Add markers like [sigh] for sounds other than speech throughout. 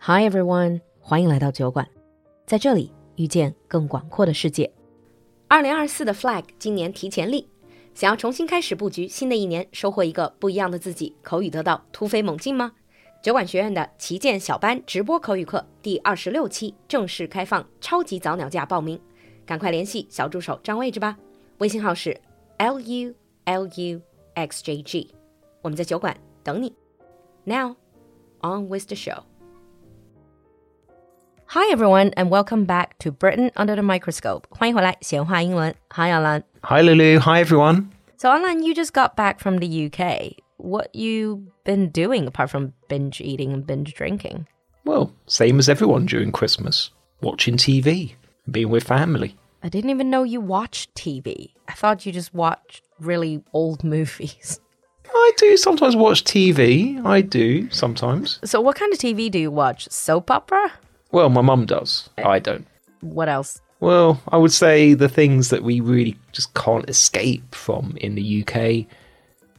Hi everyone，欢迎来到酒馆，在这里遇见更广阔的世界。二零二四的 flag 今年提前立，想要重新开始布局新的一年，收获一个不一样的自己，口语得到突飞猛进吗？酒馆学院的旗舰小班直播口语课第二十六期正式开放，超级早鸟价报名，赶快联系小助手占位置吧。微信号是 l u l u x j g，我们在酒馆等你。Now on with the show. Hi everyone and welcome back to Britain under the microscope. 欢迎回来，闲话英文。Hi Alan. Hi, Lulu. Hi, everyone. So Alan, you just got back from the UK. What you been doing apart from binge eating and binge drinking? Well, same as everyone during Christmas watching TV, being with family. I didn't even know you watched TV. I thought you just watched really old [laughs] movies. I do sometimes watch TV. I do sometimes. So what kind of TV do you watch? Soap opera? Well, my mum does. I don't. What else? Well, I would say the things that we really just can't escape from in the UK,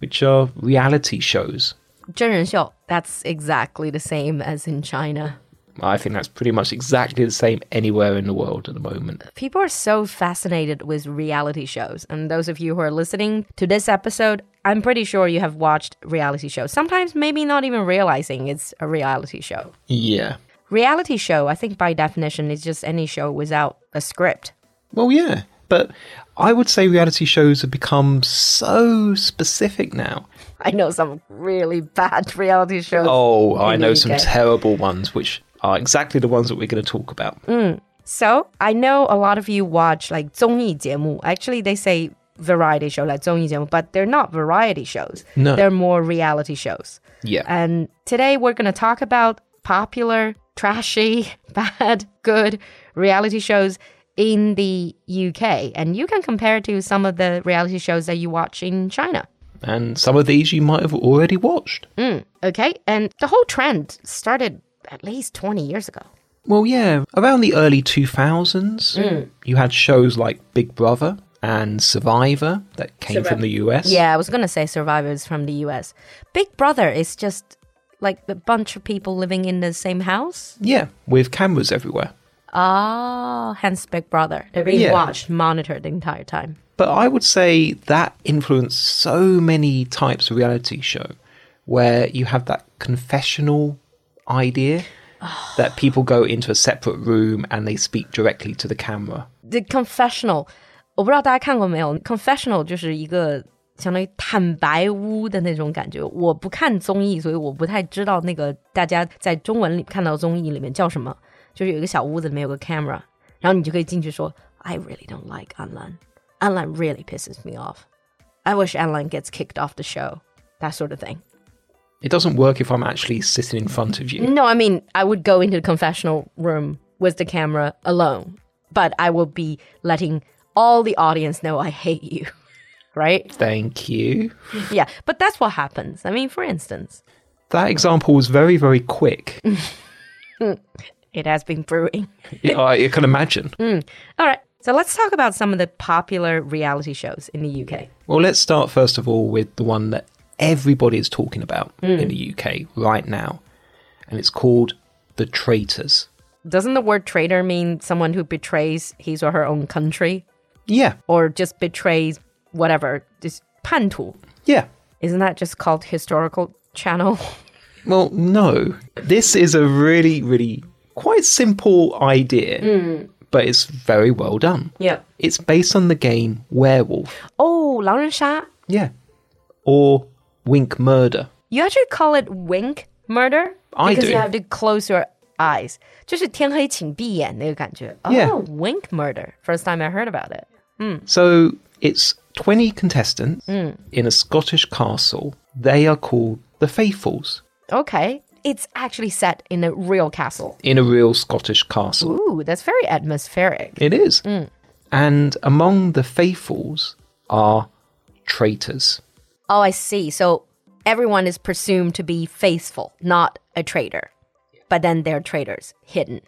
which are reality shows. 真人秀. That's exactly the same as in China. I think that's pretty much exactly the same anywhere in the world at the moment. People are so fascinated with reality shows. And those of you who are listening to this episode, I'm pretty sure you have watched reality shows. Sometimes maybe not even realizing it's a reality show. Yeah. Reality show, I think by definition, is just any show without a script. Well, yeah, but I would say reality shows have become so specific now. I know some really bad [laughs] reality shows. Oh, I in know the some UK. terrible ones, which are exactly the ones that we're going to talk about. So I know a lot of you watch like 综艺节目. Actually, they say variety show like 综艺节目, but they're not variety shows. No. They're more reality shows. Yeah. And today we're going to talk about popular, trashy, [laughs] bad, good reality shows in the UK. And you can compare to some of the reality shows that you watch in China. And some of these you might have already watched. Okay. And the whole trend started at least 20 years ago. Well, yeah, around the early 2000s, you had shows like Big Brother and Survivor that came from the US. Yeah, I was going to say survivors from the US. Big Brother is just like a bunch of people living in the same house. Yeah, with cameras everywhere. Ah, hence Big Brother. They're being Yeah. watched, monitored the entire time. But I would say that influenced so many types of reality show where you have that confessional idea that people go into a separate room and they speak directly to the camera. The confessional，我不知道大家看过没有，confessional 就是一个相当于坦白屋的那种感觉。我不看综艺，所以我不太知道那个大家在中文里看到综艺里面叫什么，就是有一个小屋子里面有个 camera，然后你就可以进去说，I really don't like Anlan. Anlan really pisses me off. I wish Anlan gets kicked off the show. That sort of thing. It doesn't work if I'm actually sitting in front of you. No, I mean, I would go into the confessional room with the camera alone, but I will be letting all the audience know I hate you. [laughs] Right? Thank you. Yeah. But that's what happens. I mean, for instance, That example was very, very quick. it has been brewing. [laughs] I, I can imagine. All right. So let's talk about some of the popular reality shows in the UK. Well, let's start first of all with the one that everybody is talking about in the UK right now, and it's called The Traitors. Doesn't the word traitor mean someone who betrays his or her own country Yeah, or just betrays whatever? Just 叛徒. yeah. Isn't that just called historical channel? [laughs] Well, no. This is a really, really quite simple idea, but it's very well done. Yeah. It's based on the game Werewolf. Oh, 狼人杀. Yeah. Or Wink Murder. You actually call it wink murder I because do. you have to close your eyes. 就是天黑请闭眼那个感觉. Oh, Yeah. wink murder. First time I heard about it. So it's 20 contestants in a Scottish castle. They are called the Faithfuls Okay. It's actually set in a real castle. in a real Scottish castle. Ooh, that's very atmospheric. It is. And among the Faithfuls are traitors. Oh, I see. So everyone is presumed to be faithful, not a traitor. But then they're traitors, hidden.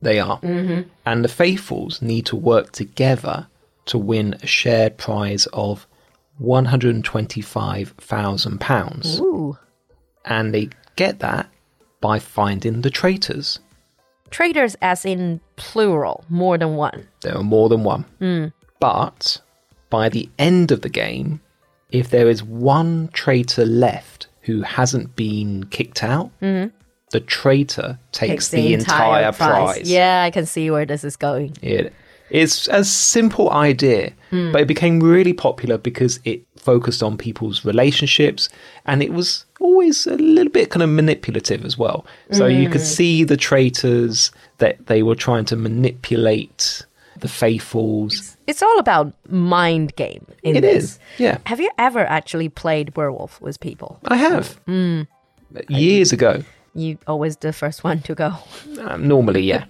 They are. And the faithfuls need to work together to win a shared prize of £125,000. Ooh. And they get that by finding the traitors. Traitors, as in plural, more than one. There are more than one. But by the end of the game, if there is one traitor left who hasn't been kicked out, the traitor Hmm. takes, the, entire, prize. Yeah, I can see where this is going. It, it's a simple idea, but it became really popular because it focused on people's relationships and it was always a little bit kind of manipulative as well. So you could see the traitors that they were trying to manipulate the faithfuls. It's all about mind game. In It this. is. Yeah. Have you ever actually played werewolf with people? I have. Mm. Years ago. You always the first [laughs] one to go. Um, normally, [laughs] yeah.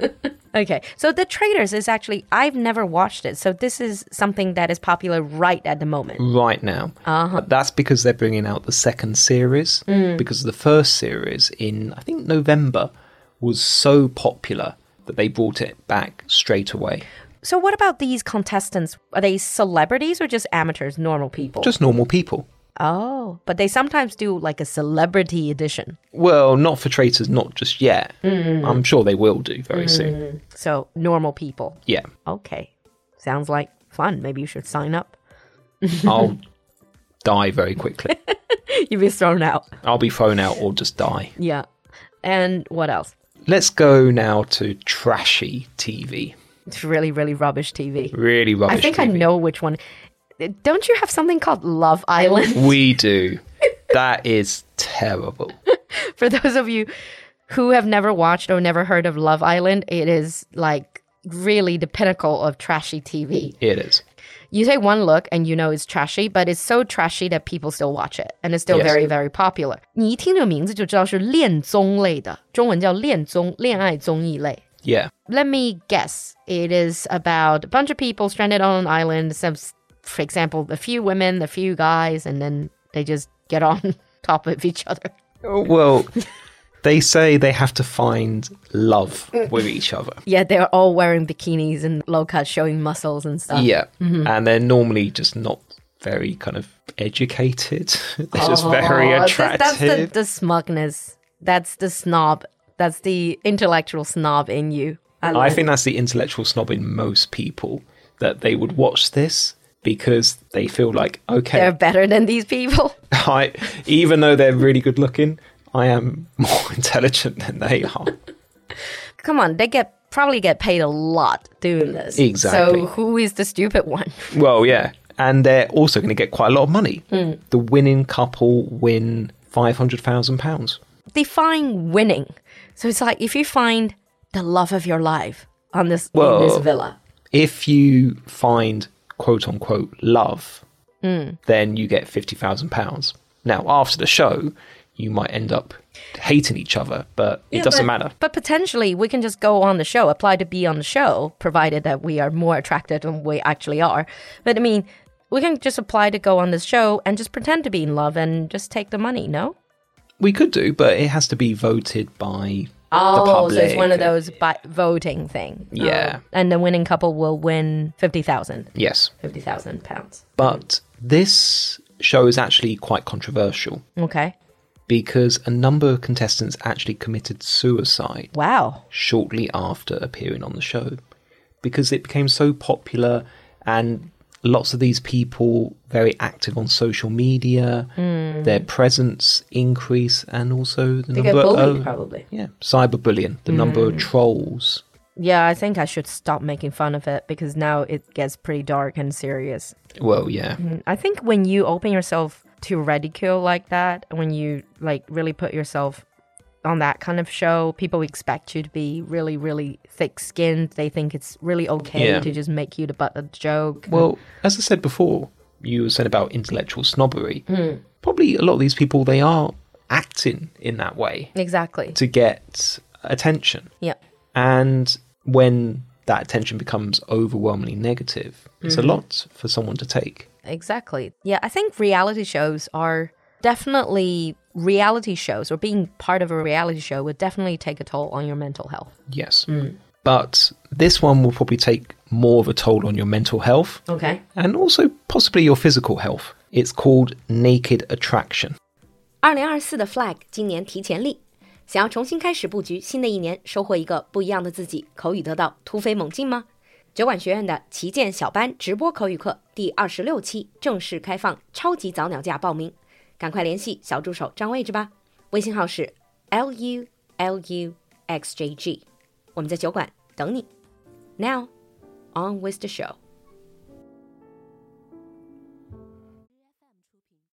Okay, so the traders is actually I've never watched it, so this is something that is popular right at the moment. right now. But that's because they're bringing out the second series because the first series in I think November was so popular that they brought it back straight away. So what about these contestants? Are they celebrities or just amateurs, normal people? Just normal people. oh, but they sometimes do like a celebrity edition. Well, not for traitors, not just yet. I'm sure they will do very soon. So normal people. [laughs] Yeah. Okay, sounds like fun. Maybe you should sign up. [laughs] I'll die very quickly. You'd be thrown out. I'll be thrown out or just die. Yeah. And what else? Let's go now to trashy TV. It's really, really rubbish TV. Really rubbish. I think I TV. know which one. Don't you have something called Love Island? We do. That is terrible. [laughs] For those of you who have never watched or never heard of Love Island, it is like really the pinnacle of trashy TV. It is. You take one look and you know it's trashy, but it's so trashy that people still watch it and it's still Yes. very, very popular. 你一听这个名字就知道是恋综类的，中文叫恋综，恋爱综艺类。 Yeah. let me guess. It is about a bunch of people stranded on an island. Some, for example, a few women, a few guys, and then they just get on [laughs] top of each other. Oh, Well, they say they have to find love with each other. Yeah, they're all wearing bikinis and low cuts, showing muscles and stuff. Yeah. Mm-hmm. And they're normally just not very kind of educated. [laughs] they're just very Oh, that's- attractive. That's the, the smugness. That's the snob. That's the intellectual snob in you. I I love think that's the intellectual snob in most people that they would watch this because they feel like, okay, they're better than these people. [laughs] [laughs] I, even though they're really good looking, I am [laughs] more intelligent than they are. Come on, they get probably get paid a lot doing this. Exactly. So who is the stupid one? Well, yeah. And they're also going to get quite a lot of money. Hmm. The winning couple win £500,000. define winning. So it's like if you find the love of your life on this Well- in this villa. if you find quote unquote love, Hmm. then you get fifty thousand pounds. Now, after the show, you might end up hating each other, but it doesn't matter. But potentially we can just go on the show, apply to be on the show, provided that we are more attracted than we actually are. But I mean, we can just apply to go on this show and just pretend to be in love and just take the money, no? We could do, but it has to be voted by the Oh, public. so it's one of those bi- voting thing. Yeah. Oh, and the winning couple will win 50,000 Yes, 50,000 pounds. but this show is actually quite controversial Okay. because a number of contestants actually committed suicide Wow. shortly after appearing on the show because it became so popular and lots of these people very active on social media their presence increase and also the Hmm. They get number bullied Hmm. of probably. yeah cyberbullying the number of trolls Yeah, I think I should stop making fun of it because now it gets pretty dark and serious. well yeah I think when you open yourself to ridicule like that, when you like really put yourself on that kind of show, people expect you to be really, really thick skinned. They think it's really okay Yeah. to just make you the butt of the joke. well as i said before you said about intellectual snobbery Hmm. probably a lot of these people they are acting in that way exactly. to get attention Yeah. And when that attention becomes overwhelmingly negative, it's a lot for someone to take. Exactly. Yeah, I think reality shows are definitely reality shows or being part of a reality show would definitely take a toll on your mental health. Yes. But this one will probably take more of a toll on your mental health Okay. and also possibly your physical health. It's called naked attraction. 二零二四的 Flag 今年提前立，想要重新开始布局新的一年，收获一个不一样的自己，口语得到突飞猛进吗？酒馆学院的旗舰小班直播口语课第二十六期正式开放，超级早鸟价报名，赶快联系小助手占位置吧。微信号是 l u l u x j g，我们在酒馆等你。Now on with the show.